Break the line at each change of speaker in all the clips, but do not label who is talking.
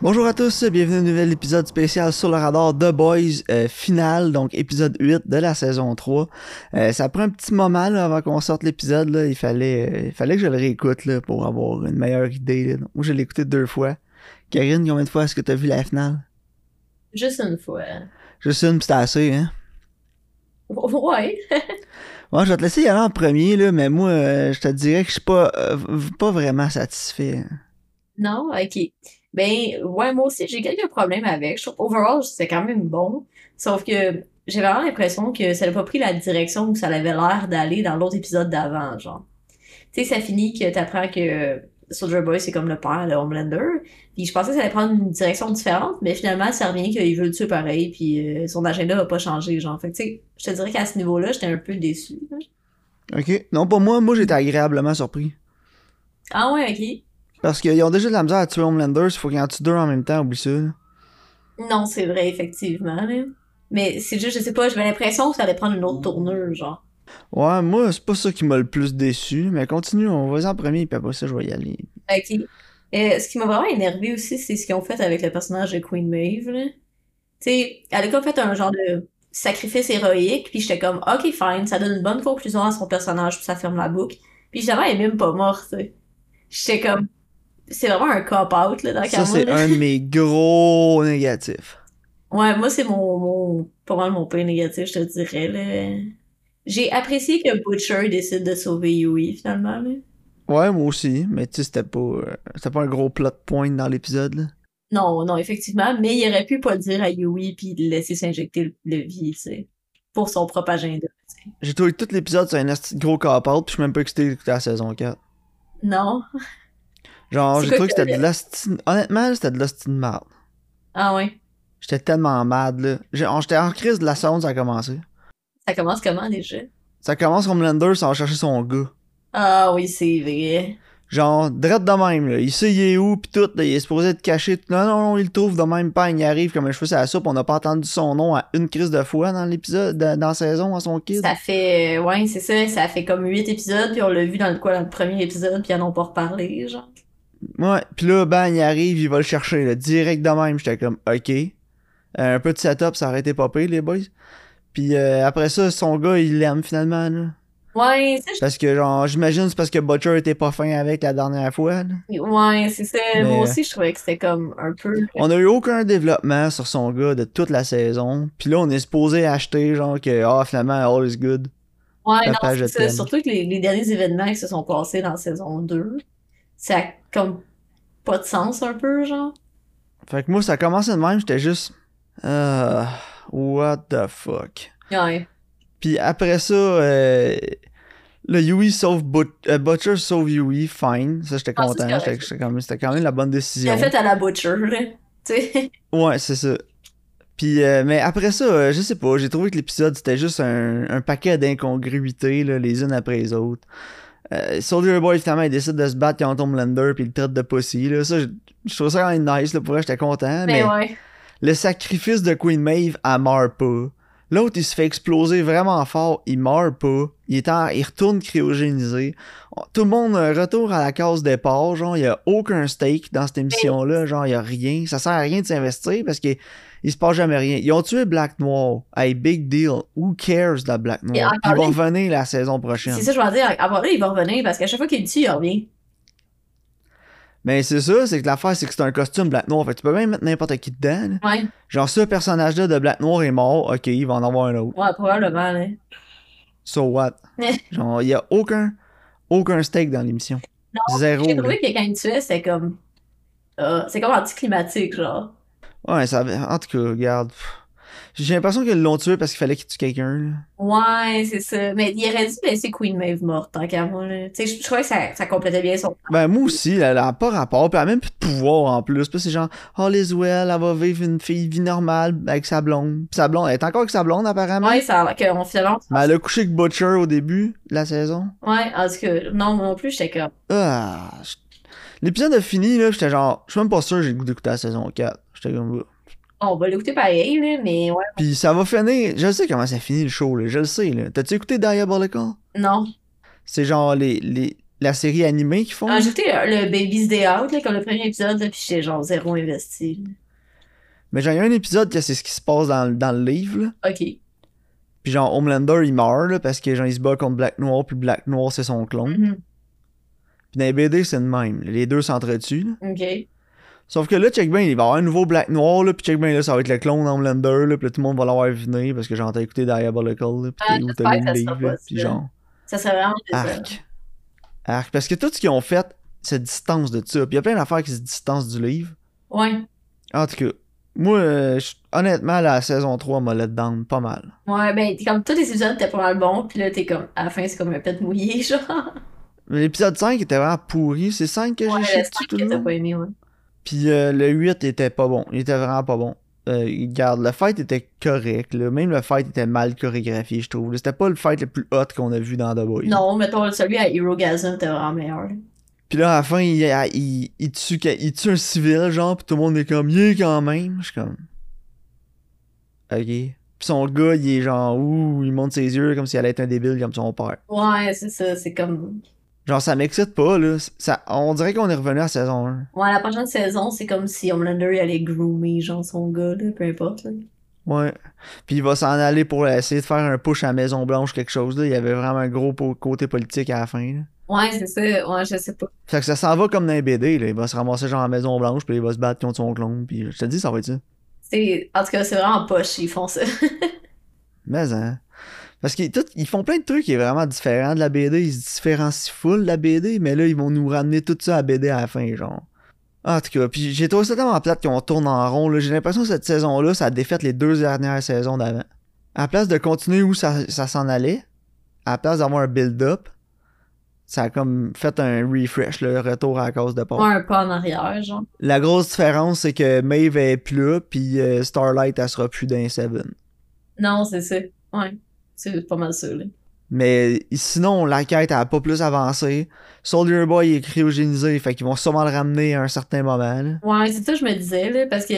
Bonjour à tous, bienvenue à un nouvel épisode spécial sur le radar The Boys euh, final, donc épisode 8 de la saison 3. Euh, ça prend un petit moment là, avant qu'on sorte l'épisode, là. il fallait, euh, il fallait que je le réécoute là, pour avoir une meilleure idée. Là. Donc, moi je l'ai écouté deux fois. Karine, combien de fois est-ce que t'as vu la finale?
Juste une fois.
Juste une, pis c'était assez, hein?
Ouais.
Ouais, je vais te laisser y aller en premier, là, mais moi, euh, je te dirais que je suis pas, euh, pas vraiment satisfait. hein.
Non, ok. Ben, ouais, moi aussi, j'ai quelques problèmes avec. Je trouve, overall, c'était quand même bon. Sauf que j'ai vraiment l'impression que ça n'a pas pris la direction où ça avait l'air d'aller dans l'autre épisode d'avant, genre. Tu sais, ça finit que t'apprends que Soldier Boy, c'est comme le père de Homelander. Puis je pensais que ça allait prendre une direction différente, mais finalement, ça revient qu'il veut le tuer pareil, puis euh, son agenda va pas changer, genre. Fait que, tu sais, je te dirais qu'à ce niveau-là, j'étais un peu déçue. là.
Ok? hein. Non, pour moi, moi j'étais agréablement surpris.
Ah ouais, ok.
Parce qu'ils ont déjà de la misère à tuer Homelanders, il faut qu'ils en tuent deux en même temps, oublie ça. là.
Non, c'est vrai, effectivement. là. Mais c'est juste, je sais pas, j'avais l'impression que ça allait prendre une autre tournure, genre.
Ouais, moi, c'est pas ça qui m'a le plus déçu, mais continue, on va y en premier, puis après ça, je vais y aller.
Ok. Euh, ce qui m'a vraiment énervé aussi, c'est ce qu'ils ont fait avec le personnage de Queen Maeve, là. Tu sais, elle a comme fait un genre de sacrifice héroïque, puis j'étais comme, ok, fine, ça donne une bonne conclusion à son personnage, puis ça ferme la boucle. Puis finalement, elle est même pas morte, tu sais. J'étais comme, c'est vraiment un cop-out, là, dans
Ça,
Karma,
c'est
là.
un de mes gros négatifs.
Ouais, moi, c'est mon, mon, pas mal mon point négatif, je te dirais, là. J'ai apprécié que Butcher décide de sauver Yui, finalement, là.
Ouais, moi aussi, mais tu sais, c'était pas, euh, c'était pas un gros plot point dans l'épisode, là.
Non, non, effectivement, mais il aurait pu pas le dire à Yui puis le laisser s'injecter le, le vie, tu sais, pour son propre agenda.
J'ai trouvé tout l'épisode, c'est un esti de gros cop-out, puis je suis même pas excité d'écouter la saison 4.
Non?
Genre,
C'est
j'ai
quoi
trouvé que
que-
c'était de l'hostie... Honnêtement, là, c'était de l'hostie de merde.
Ah ouais.
J'étais tellement mad, là. J'ai- on- J'étais en crise de la sonde, ça a commencé.
Ça commence comment déjà?
Ça commence comme Lander, ça va chercher son gars.
Ah oui, c'est vrai.
Genre, drette de même, là. Il sait il est où, pis tout, là. Il est supposé être caché. Non, non, non, il le trouve de même pas. Il arrive comme un cheveu à la soupe. On n'a pas entendu son nom à une crise de fois dans l'épisode, dans dans la saison, à son kid.
Ça fait, euh, ouais, c'est ça, ça fait comme huit épisodes, puis on l'a vu dans le quoi, dans le premier épisode, puis ils en ont pas reparlé, genre.
Ouais, pis là, ben, il arrive, il va le chercher, là, direct de même. J'étais comme, ok. Euh, un peu de setup, ça aurait été pas pire, les boys. Pis euh, après ça, son gars, il l'aime finalement, là.
Ouais, ça,
Parce que, genre, j'imagine c'est parce que Butcher était pas fin avec la dernière fois, là.
je- ouais, c'est ça.
Mais,
Moi
euh,
aussi, je trouvais que c'était comme un peu.
On a eu aucun développement sur son gars de toute la saison. Puis là, on est supposé acheter, genre, que, ah, finalement, all is good.
Ouais,
La
non,
page
c'est
de
ça.
thème.
Surtout que les, les derniers événements qui se sont passés dans saison 2, ça a comme pas de sens un peu, genre.
Fait que moi, ça commençait de même, j'étais juste, euh, what the fuck.
Ouais.
Puis après ça, euh, le Yui sauve But- euh, Butcher sauve Yui, fine. Ça, j'étais
Ah, ça, c'est
content.
correct.
J'étais- j'étais comme- C'était quand même la bonne
Il
décision.
a fait à la butcher, là. Tu sais.
Ouais, c'est ça. Puis, euh, mais après ça, euh, je sais pas, j'ai trouvé que l'épisode c'était juste un, un paquet d'incongruités, là, les unes après les autres. Euh, Soldier Boy, finalement, il décide de se battre contre Homelander puis il le traite de pussy, là. Ça, je, je trouve ça quand même nice, là, pour vrai, j'étais content, Ah, mais,
Mais ouais.
le sacrifice de Queen Maeve, elle meurt pas. L'autre, il se fait exploser vraiment fort, il meurt pas. Il, est en- il retourne cryogénisé. On- Tout le monde euh, retourne à la case départ, genre, il y a aucun stake dans cette
Ben,
émission-là, genre, il y a rien. Ça sert à rien de s'investir parce qu'il il se passe jamais rien. Ils ont tué Black Noir. Hey, big deal. Who cares de Black
Et
Noir?
encore
Ils vont
là,
revenir la saison prochaine.
C'est ça, je vais dire. Après là, il va revenir parce qu'à chaque fois qu'il le tue, il revient.
Mais c'est ça, c'est que l'affaire, c'est que c'est un costume Black Noir. Fait que tu peux même mettre n'importe qui dedans. là.
Ouais.
Genre, ce personnage-là de Black Noir est mort. Ok, il va en avoir un autre.
Ouais, probablement, là.
So what? Genre, il y a aucun, aucun steak dans l'émission. Zéro.
J'ai
là.
trouvé que quand il tuait, c'était comme. Ah, c'est comme anticlimatique, genre.
Ouais, ça avait- En tout cas, regarde. pff. J'ai l'impression qu'ils l'ont tué parce qu'il fallait qu'il tue quelqu'un. là.
Ouais, c'est ça. Mais il aurait dû laisser Queen Maeve morte, tant qu'à moi, là. Tu sais, je, je trouvais que ça, ça complétait bien son.
Ben, moi aussi, elle a pas rapport. Puis elle a même plus de pouvoir en plus. Puis c'est genre, all is well, elle va vivre une fille, vie normale avec sa blonde. Puis sa blonde, elle est encore avec sa blonde apparemment.
Ouais, ça a l'air qu'on finalement.
Mais elle a couché avec Butcher au début de la saison.
Ouais, en tout cas, non, moi non plus, j'étais comme.
Ah, je- L'épisode a fini, là. J'étais genre, je suis même pas sûr que j'ai le goût d'écouter la saison 4. J'étais comme,
On va l'écouter pareil, là, mais ouais,
Puis ça va finir. Je sais comment ça finit le show, là. Je le sais, là. T'as-tu écouté Diabolical?
non.
C'est genre les, les, la série animée qu'ils font. là.
Ajouter euh, le Baby's Day Out, là, comme le premier épisode, là, puis j'étais genre zéro investi.
Mais genre, il y a un épisode que c'est ce qui se passe dans, le- dans le livre. là.
Ok.
Puis genre, Homelander, il meurt là, parce que genre, il se bat contre Black Noir, puis Black Noir, c'est son clone.
Mhm.
Puis dans les BD, c'est le même. Les deux s'entretuent. là.
Ok.
Sauf que là, check bien, il va y avoir un nouveau Black Noir, là, puis check bien, là, ça va être le clone Homelander, là, puis là, tout le monde va l'avoir viné parce que j'entends écouter Diabolical, là, puis
Ah,
t'es où,
j'espère
t'as lu le
que ça sera
livre, là,
pas
puis
ça.
genre,
Ça serait vraiment décevant.
arc. Arc. Parce que tout ce qu'ils ont fait, se distance de ça. Puis il y a plein d'affaires qui se distancent du livre.
Ouais.
En tout cas, moi, euh, je- honnêtement, la saison 3 m'a let down pas mal.
Ouais, ben, t'es comme tous les épisodes étaient pas mal bons, puis là, t'es comme, à la fin, c'est comme un pet mouillé, genre.
Mais L'épisode 5 était vraiment pourri. C'est 5 que
Ouais,
j'ai
le
chié
5
dessus tout
que
le
t'as
long.
pas aimé, ouais.
Puis euh, le 8 était pas bon. Il était vraiment pas bon. Euh, regarde, le fight était correct. là. Même le fight était mal chorégraphié, je trouve. C'était pas le fight le plus hot qu'on a vu dans The Boys.
Non, mettons, celui à Herogasm, t'es vraiment meilleur. là.
Puis là, à la fin, il, il- il tue, que- il tue un civil, genre, pis tout le monde est comme, yeah, quand même. Je suis comme. Ok. Pis son gars, il est genre, ouh, il monte ses yeux comme s'il allait être un débile comme son père.
Ouais, c'est ça, c'est comme.
Genre, ça m'excite pas, là. Ça, on dirait qu'on est revenu à saison 1.
Ouais, la prochaine saison, c'est comme si Homelander, il allait groomer, genre, son gars, là, peu importe, là.
Ouais. Puis il va s'en aller pour essayer de faire un push à la Maison-Blanche, quelque chose, là. Il y avait vraiment un gros po- côté politique à la fin, là.
Ouais, c'est ça, ouais, je sais pas.
Fait que ça s'en va comme dans les BD, là. Il va se ramasser genre à la Maison-Blanche, puis il va se battre contre son clone, puis je te dis, ça va être ça.
C'est... En tout cas, c'est vraiment poche, ils font ça.
Mais hein. Parce qu'ils tout- ils font plein de trucs qui est vraiment différent de la BD. Ils se différencient full de la BD, mais là, ils vont nous ramener tout ça à BD à la fin, genre. En tout cas, puis j'ai trouvé ça tellement plate qu'on tourne en rond. là. J'ai l'impression que cette saison-là, ça a défait les deux dernières saisons d'avant. À la place de continuer où ça, ça s'en allait, à la place d'avoir un build-up, ça a comme fait un refresh, le retour à la cause de
Ouais,
port.
un pas en arrière, genre.
La grosse différence, c'est que Maeve est plus là, puis euh, Starlight, elle sera plus dans Seven.
Non, c'est ça. Ouais. C'est pas mal ça, là.
Mais sinon, la quête a pas plus avancé. Soldier Boy est cryogénisé, fait qu'ils vont sûrement le ramener à un certain moment. là.
Ouais, c'est ça, que je me disais, là, parce que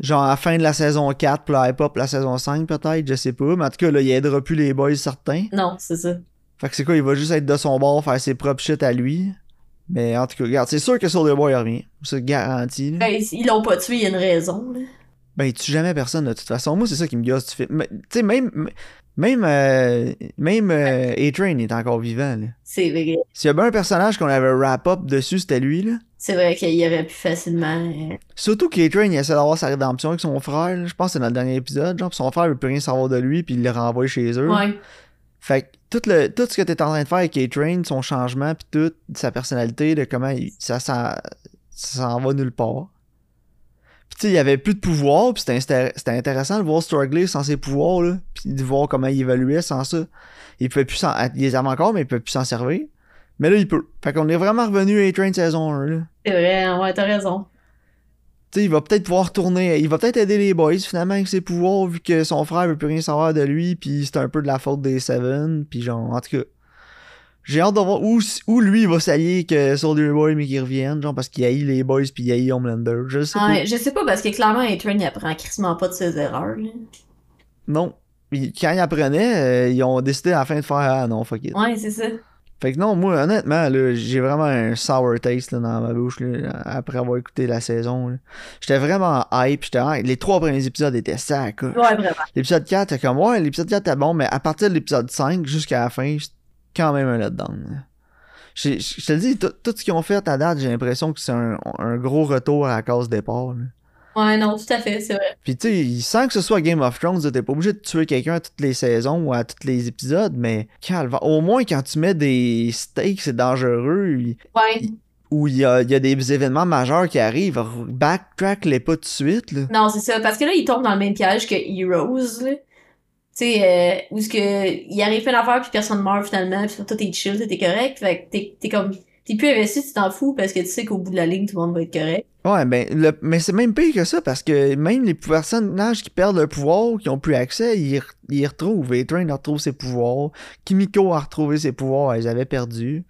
Genre à la fin de la saison 4, puis la hype-up, la saison 5 peut-être, je sais pas. Mais en tout cas, là, il aidera plus les boys certains.
Non, c'est ça.
Fait que c'est quoi, il va juste être de son bord, faire ses propres shit à lui. Mais en tout cas, regarde, c'est sûr que Soldier Boy revient. C'est garanti. là.
Ben, ils l'ont pas tué, il y a une raison, là.
Ben, il tue jamais personne de toute façon. Moi, c'est ça qui me gosse du film. Mais, Tu sais, même. Même. euh, même euh, A-Train est encore vivant, là.
C'est vrai.
S'il y a bien un personnage qu'on avait wrap-up dessus, c'était lui, là.
C'est vrai qu'il y aurait pu facilement. euh,
Surtout que train il essaie d'avoir sa rédemption avec son frère, là. je pense que c'est dans le dernier épisode, genre, pis son frère veut plus rien savoir de lui, puis il le renvoie chez eux.
Ouais.
Fait que tout, le, tout ce que t'es en train de faire avec K-Train, son changement, puis tout, sa personnalité, de comment il- ça, ça, ça s'en va nulle part. Puis tu sais, il avait plus de pouvoir, puis c'était insta- c'était intéressant de voir struggler sans ses pouvoirs, là, puis de voir comment il évoluait sans ça. Il pouvait plus s'en... Il les avait encore, mais il pouvait plus s'en servir. Mais là, il peut. Fait qu'on est vraiment revenu à A-Train saison 1, là.
C'est vrai, ouais, t'as raison.
Tu sais, il va peut-être pouvoir tourner, il va peut-être aider les boys finalement avec ses pouvoirs vu que son frère veut plus rien savoir de lui, puis c'est un peu de la faute des Seven, puis genre, en tout cas. J'ai hâte de voir où, où lui il va s'allier que Soldier Boy mais qu'il revienne, genre parce qu'il haït les boys puis il haït Homelander. Je sais pas.
Ouais, je sais pas, parce que clairement, Atron, il apprend crissement pas de ses erreurs, là.
Non. Puis quand ils apprenaient, euh, ils ont décidé à la fin de faire Ah non, fuck it.
Ouais, c'est ça.
Fait que non, moi, honnêtement, là, j'ai vraiment un sour taste là, dans ma bouche là, après avoir écouté la saison. là. J'étais vraiment hype. J'étais, Ah, les trois premiers épisodes étaient ça, quoi.
Ouais, vraiment.
L'épisode 4, t'es comme, ouais, l'épisode 4 était bon, mais à partir de l'épisode 5 jusqu'à la fin, c'est quand même un letdown. Je, je- je te le dis, tout tout ce qu'ils ont fait à date, j'ai l'impression que c'est un, un gros retour à la case départ. là.
Ouais, non, tout à fait, c'est vrai.
Puis tu sais, sans que ce soit Game of Thrones, là, t'es pas obligé de tuer quelqu'un à toutes les saisons ou à tous les épisodes, mais calva- au moins quand tu mets des stakes, c'est dangereux. il-
Ouais.
Ou il y a, il y a des événements majeurs qui arrivent, backtrack les pas tout de suite. Là.
Non, c'est ça. Parce que là, il tombe dans le même piège que Heroes, là. Tu sais, euh, où ce que. Il arrive plein d'affaires, puis personne meurt finalement, puis toi, t'es chill, t'es correct. Fait que t'es t'es comme. T'es plus investi, tu t'en fous, parce que tu sais qu'au bout de la ligne, tout le monde va être correct.
Ouais, ben, le- mais c'est même pire que ça, parce que même les personnages qui perdent leur pouvoir, qui ont plus accès, ils, re- ils les retrouvent. Train retrouve ses pouvoirs. Kimiko a retrouvé ses pouvoirs, elle les avait perdus.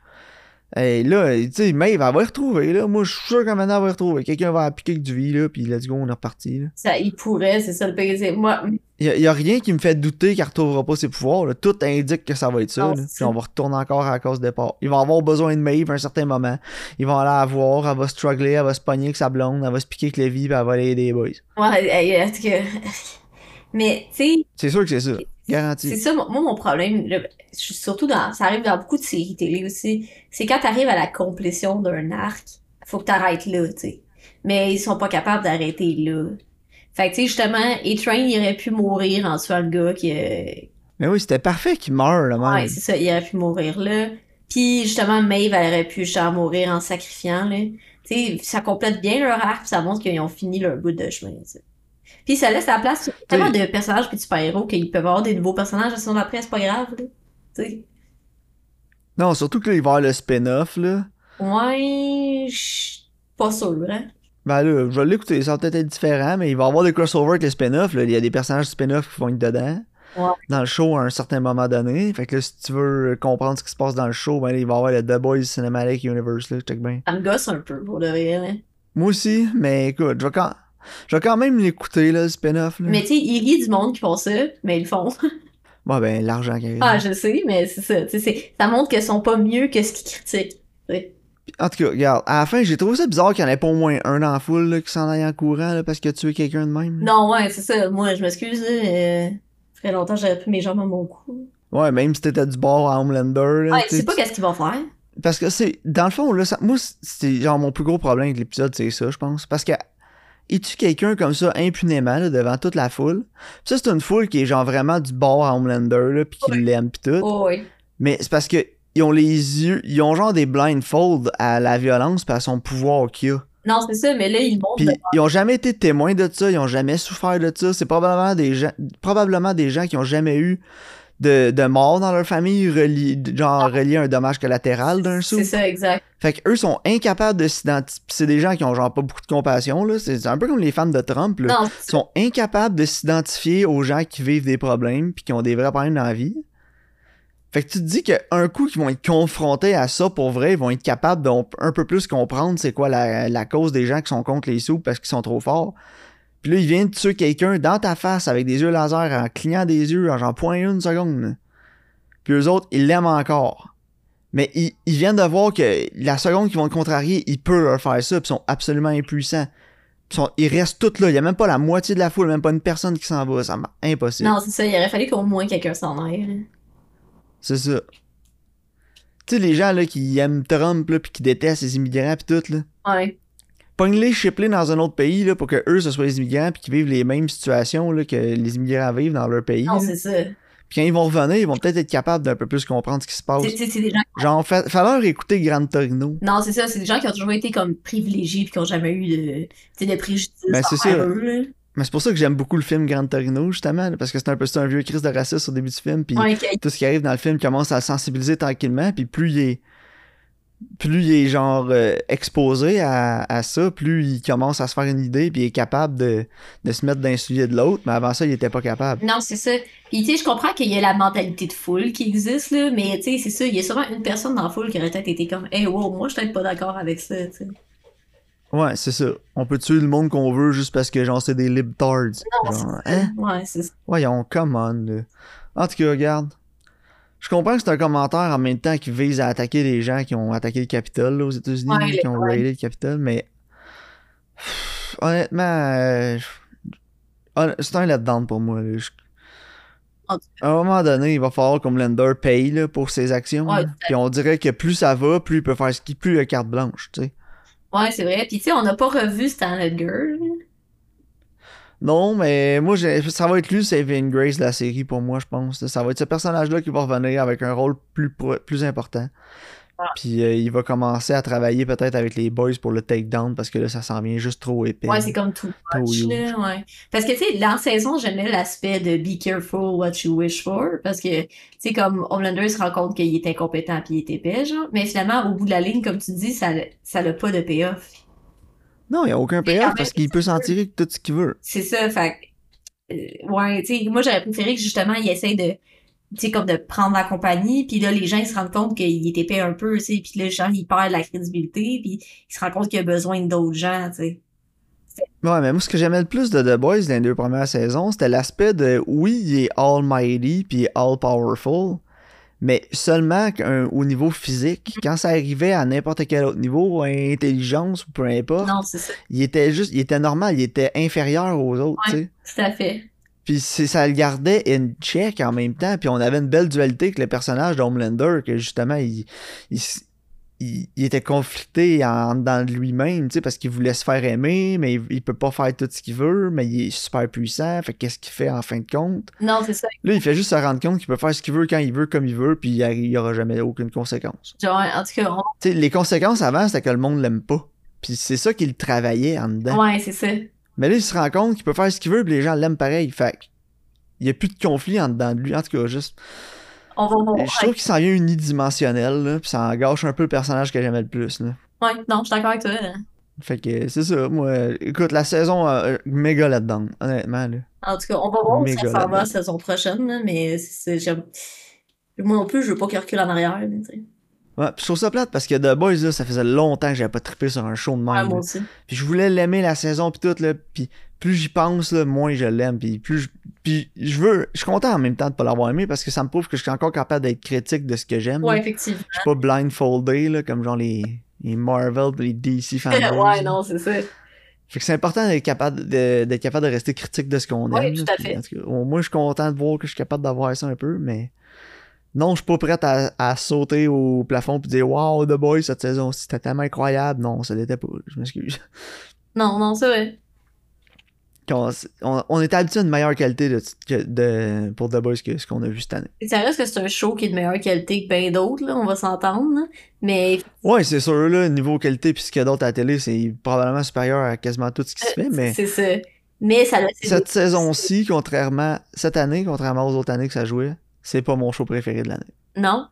Et là, tu sais, Maeve, elle va les retrouver, là. Moi, je suis sûr qu'à maintenant, elle va les retrouver. Quelqu'un va appliquer du vie, là, puis let's go, on est reparti, là.
Ça, il pourrait, c'est ça le pire. C'est- Moi,
Il y, a rien qui me fait douter qu'elle retrouvera pas ses pouvoirs. là. Tout indique que ça va être ça.
Ah,
là.
c'est
Puis on va retourner encore à la cause départ. Ils vont avoir besoin de Maeve à un certain moment. Ils vont aller la voir, elle va struggler, elle va se pogner avec sa blonde, elle va se piquer avec Levi, puis elle va aller aider les boys.
Ouais, euh, euh, en tout cas. Mais, tu sais,
C'est sûr que c'est ça.
c'est
Garanti.
ça, mon- moi, mon problème, là, je suis surtout dans, ça arrive dans beaucoup de séries télé aussi, c'est quand t'arrives à la complétion d'un arc, faut que t'arrêtes là, tu sais. Mais ils sont pas capables d'arrêter là. Fait que, tu sais, justement, A-Train, il aurait pu mourir en tuant le gars qui, euh,
Mais oui, c'était parfait qu'il meure, le
ouais,
même.
c'est ça, il aurait pu mourir là. Puis, justement, Maeve, elle aurait pu, genre, mourir en sacrifiant, là. Tu sais, ça complète bien leur arc, puis ça montre qu'ils ont fini leur bout de chemin, tu sais. Puis ça laisse la place à tellement de personnages puis de super-héros qu'ils peuvent avoir des nouveaux personnages la saison d'après, c'est pas grave, là. Tu sais.
Non, surtout que là, il va y avoir le spin-off, là.
Ouais, je suis pas sûre, hein.
Ben là, je vais l'écouter, ça va peut-être être différent, mais il va y avoir des crossovers avec les spin-offs. là. Il y a des personnages spin-off qui vont être dedans.
Ouais.
Dans le show à un certain moment donné. Fait que là, si tu veux comprendre ce qui se passe dans le show, ben là, il va y avoir le The Boys Cinematic Universe, là, check bien.
Ça me gosse un peu, pour de vrai, là.
Moi aussi, mais écoute, je vais quand, je vais quand même l'écouter, là, le spin-off. Là.
Mais tu sais, il rit du monde qui font ça, mais ils le font.
Ouais, ben, l'argent qui arrive.
Ah, je sais, mais c'est ça. Tu sais, c'est- ça montre qu'ils sont pas mieux que ce qu'ils critiquent.
En tout cas, regarde, à la fin, j'ai trouvé ça bizarre qu'il n'y en ait pas au moins un dans la foule là, qui s'en aille en courant là, parce que tu es quelqu'un de même. là.
Non, ouais, c'est ça. Moi, je m'excuse, là, euh, ça fait longtemps que j'avais pris mes jambes à mon cou.
Ouais, même si t'étais du bord à Homelander. Là,
Ouais,
tu
tu
sais,
sais pas qu'est-ce qu'ils vont faire.
Parce que c'est. Dans le fond, là, ça- moi, c'est genre mon plus gros problème avec l'épisode, c'est ça, je pense. Parce que. Il tue quelqu'un comme ça impunément là, devant toute la foule. Puis ça, c'est une foule qui est genre vraiment du bord à Homelander, là, pis qui
Ouais.
l'aime pis tout.
Oh, ouais.
Mais c'est parce que ils ont les yeux. Ils ont genre des blindfolds à la violence pis à son pouvoir qu'il a.
Non, c'est ça, mais là, ils montrent.
Puis ils ont jamais été témoins de ça, ils ont jamais souffert de ça. C'est probablement des gens, probablement des gens qui ont jamais eu de, de mort dans leur famille, reli- genre relié à un dommage collatéral d'un sou.
Ah. C'est ça, exact.
Fait que eux sont incapables de s'identifier. C'est des gens qui ont genre pas beaucoup de compassion là. C'est c'est un peu comme les fans de Trump là.
Non,
Ils sont incapables de s'identifier aux gens qui vivent des problèmes puis qui ont des vrais problèmes dans la vie. Fait que tu te dis qu'un coup qu'ils vont être confrontés à ça pour vrai, ils vont être capables d'un un peu plus comprendre c'est quoi la, la cause des gens qui sont contre les sous parce qu'ils sont trop forts. Puis là, ils viennent tuer quelqu'un dans ta face avec des yeux laser en clignant des yeux en genre point une seconde. Puis eux autres, ils l'aiment encore. Mais ils, ils viennent de voir que la seconde qu'ils vont le contrarier, ils peuvent leur faire ça, puis ils sont absolument impuissants. Ils, sont- ils restent tous là. Il n'y a même pas la moitié de la foule, même pas une personne qui s'en va. Ça m'a- impossible.
non c'est ça. Il aurait fallu qu'au moins quelqu'un s'en aille. hein. là.
C'est ça. Tu sais, les gens là, qui aiment Trump, là, puis qui détestent les immigrants, puis tout, là.
Ouais.
Pogne-les, ship-les dans un autre pays, là, pour que eux, ce soit les immigrants, puis qu'ils vivent les mêmes situations, là, que les immigrants vivent dans leur pays.
Non,
là.
c'est ça.
Puis quand ils vont revenir, ils vont peut-être être capables d'un peu plus comprendre ce qui se passe.
C'est- C'est c'est des gens.
Genre, fa falloir écouter Grand Torino.
Non, c'est ça. C'est des gens qui ont toujours été comme privilégiés puis qui ont jamais eu de, tu sais, de préjudice
Ben, c'est
envers
ça.
eux, là.
Mais c'est pour ça que j'aime beaucoup le film Grand Torino, justement, là, parce que c'est un peu ça, un vieux crise de racisme au début du film, puis
Ouais, que-
tout ce qui arrive dans le film commence à le sensibiliser tranquillement, puis plus il est plus il est genre euh, exposé à, à ça, plus il commence à se faire une idée, puis il est capable de, de se mettre dans le soulier de l'autre, mais avant ça, il était pas capable.
Non, c'est ça. Puis, tu sais, je comprends qu'il y a la mentalité de foule qui existe, là, mais, tu sais, c'est ça, il y a sûrement une personne dans la foule qui aurait peut-être été comme, hey, wow, moi, je suis peut-être pas d'accord avec ça, tu sais.
Ouais, c'est ça. On peut tuer le monde qu'on veut juste parce que genre c'est des libtards. Genre,
Non, c'est ça.
hein?
Ouais, c'est ça.
Voyons, come on. là. En tout cas, regarde. Je comprends que c'est un commentaire en même temps qui vise à attaquer les gens qui ont attaqué le Capitole là, aux États-Unis,
Ouais,
là, qui ont
ouais.
raidé le Capitole, mais Pff, honnêtement, euh, je- hon- c'est un let-down pour moi. là. Je-
En tout
À un moment donné, il va falloir comme Lender paye là, pour ses actions.
Ouais,
là. Puis on dirait que plus ça va, plus il peut faire ce qu'il plus il a carte blanche, tu sais.
Ouais, c'est vrai. Puis, tu sais, on n'a pas revu Stan Girl.
Non, mais moi, j'ai- ça va être lui, Saving Grace, de la série, pour moi, je pense. Ça va être ce personnage-là qui va revenir avec un rôle plus, pro- plus important.
Ah.
Puis euh, il va commencer à travailler peut-être avec les boys pour le takedown parce que là, ça s'en vient juste trop épais.
Ouais, c'est comme tout.
trop
much,
huge.
là, ouais. Parce que, tu sais, dans la saison, j'aimais l'aspect de be careful what you wish for. Parce que, tu sais, comme Homelander il se rend compte qu'il est incompétent puis il est épais, genre. Mais finalement, au bout de la ligne, comme tu dis, ça ça n'a pas de payoff.
Non, il n'y a aucun
quand même,
payoff parce qu'il peut s'en tirer tout ce qu'il veut.
C'est ça, fait que, euh, ouais, tu sais, moi j'aurais préféré que justement il essaye de, tu sais, comme de prendre la compagnie, puis là les gens ils se rendent compte qu'il est épais un peu, tu sais, puis là genre il perd de la crédibilité, puis il se rend compte qu'il a besoin d'autres gens, tu sais.
Ouais, mais moi, ce que j'aimais le plus de The Boys dans les deux premières saisons, c'était l'aspect de oui, il est almighty puis all powerful, mais seulement qu'un- au niveau
Mhm.
physique. Quand ça arrivait à n'importe quel autre niveau, à intelligence ou peu importe,
Non, c'est ça.
il était juste, il était normal, il était inférieur aux autres,
Ouais.
tu sais.
Tout à fait.
Puis c'est- ça le gardait in check en même temps. Puis on avait une belle dualité avec le personnage d'Homelander, que justement, il, il, s- il- il était conflicté en, dans lui-même, tu sais, parce qu'il voulait se faire aimer, mais il, il peut pas faire tout ce qu'il veut, mais il est super puissant. Fait qu'est-ce qu'il fait en fin de compte?
Non, c'est ça.
Là, il fait juste se rendre compte qu'il peut faire ce qu'il veut quand il veut, comme il veut, puis il y a- il y aura jamais aucune conséquence.
Genre, en tout cas, on-
Tu sais, les conséquences avant, c'était que le monde l'aime pas. Puis c'est ça qu'il travaillait en dedans.
ouais, c'est ça.
Mais là, il se rend compte qu'il peut faire ce qu'il veut, puis les gens l'aiment pareil. Fait il n'y a plus de conflit en dedans de lui. En tout cas, juste.
On va voir.
Je trouve qu'il s'en vient unidimensionnel, là, puis ça en gâche un peu le personnage que j'aimais le plus. Là.
Ouais, non, je suis d'accord avec toi. là.
Fait que c'est ça, moi. euh, Écoute, la saison euh, euh, méga là-dedans, honnêtement. Là.
En tout cas, on va voir où
Méga
ça s'en
là-dedans.
va la saison prochaine, là, mais c'est, j'aime- moi non plus, je veux pas qu'il recule en arrière. Mais, tu sais.
Ouais, puis je trouve ça plate parce que The Boys, là, ça faisait longtemps que j'avais pas trippé sur un show de même.
Ouais,
là.
Ah, moi aussi.
Puis je voulais l'aimer la saison puis tout là, puis plus j'y pense là, moins je l'aime puis plus je, puis je veux je suis content en même temps de pas l'avoir aimé parce que ça me prouve que je suis encore capable d'être critique de ce que j'aime.
Ouais,
là.
effectivement.
Je suis pas blindfoldé là comme genre les les Marvel, les DC fanboys. là.
ouais, non, c'est ça.
Fait que c'est important d'être capable de d'être capable de rester critique de ce qu'on
Ouais,
aime.
tout
là,
à
puis
fait.
en tout cas, au moins je suis content de voir que je suis capable d'avoir ça un peu mais non, je suis pas prête à, à sauter au plafond puis dire waouh The Boys cette saison c'était tellement incroyable. Non, ça l'était pas. Je m'excuse.
Non, non, c'est vrai.
qu'on- on, on était habitué à une meilleure qualité de, que- de- pour The Boys que ce qu'on a vu cette année.
Et ça reste que c'est un show qui est de meilleure qualité que bien d'autres, là, on va s'entendre. là. Mais
Ouais, c'est sûr, là, niveau qualité, puis ce qu'il y a d'autre à la télé, c'est probablement supérieur à quasiment tout ce qui se fait, mais
euh, c'est ça. Mais ça l'a ses
cette saison-ci, contrairement, cette année, contrairement aux autres années que ça jouait, c'est pas mon show préféré de l'année.
Non?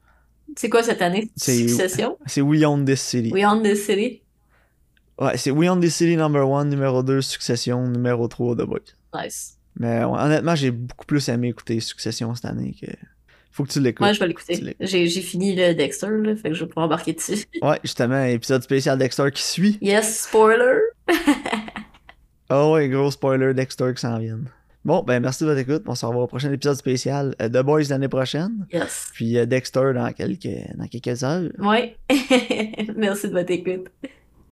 C'est quoi cette année?
C'est- euh,
Succession?
C'est We Own This City.
We Own the City?
Ouais, c'est We Own This City number 1, numéro 2, Succession, numéro 3, The Boys.
Nice.
Mais ouais, honnêtement, j'ai beaucoup plus aimé écouter Succession cette année que. Faut que tu l'écoutes.
Moi, je vais
Tu
l'écouter.
l'as-
J'ai j'ai fini le Dexter, là, fait que je vais pouvoir embarquer dessus.
Ouais, justement, épisode spécial Dexter qui suit.
Yes, spoiler!
Ah ouais, gros spoiler Dexter qui s'en viennent. Bon, ben merci de votre écoute. On se revoit au prochain épisode spécial euh, The Boys l'année prochaine.
Yes.
Puis euh, Dexter dans quelques, dans quelques heures.
Ouais. Merci de votre écoute.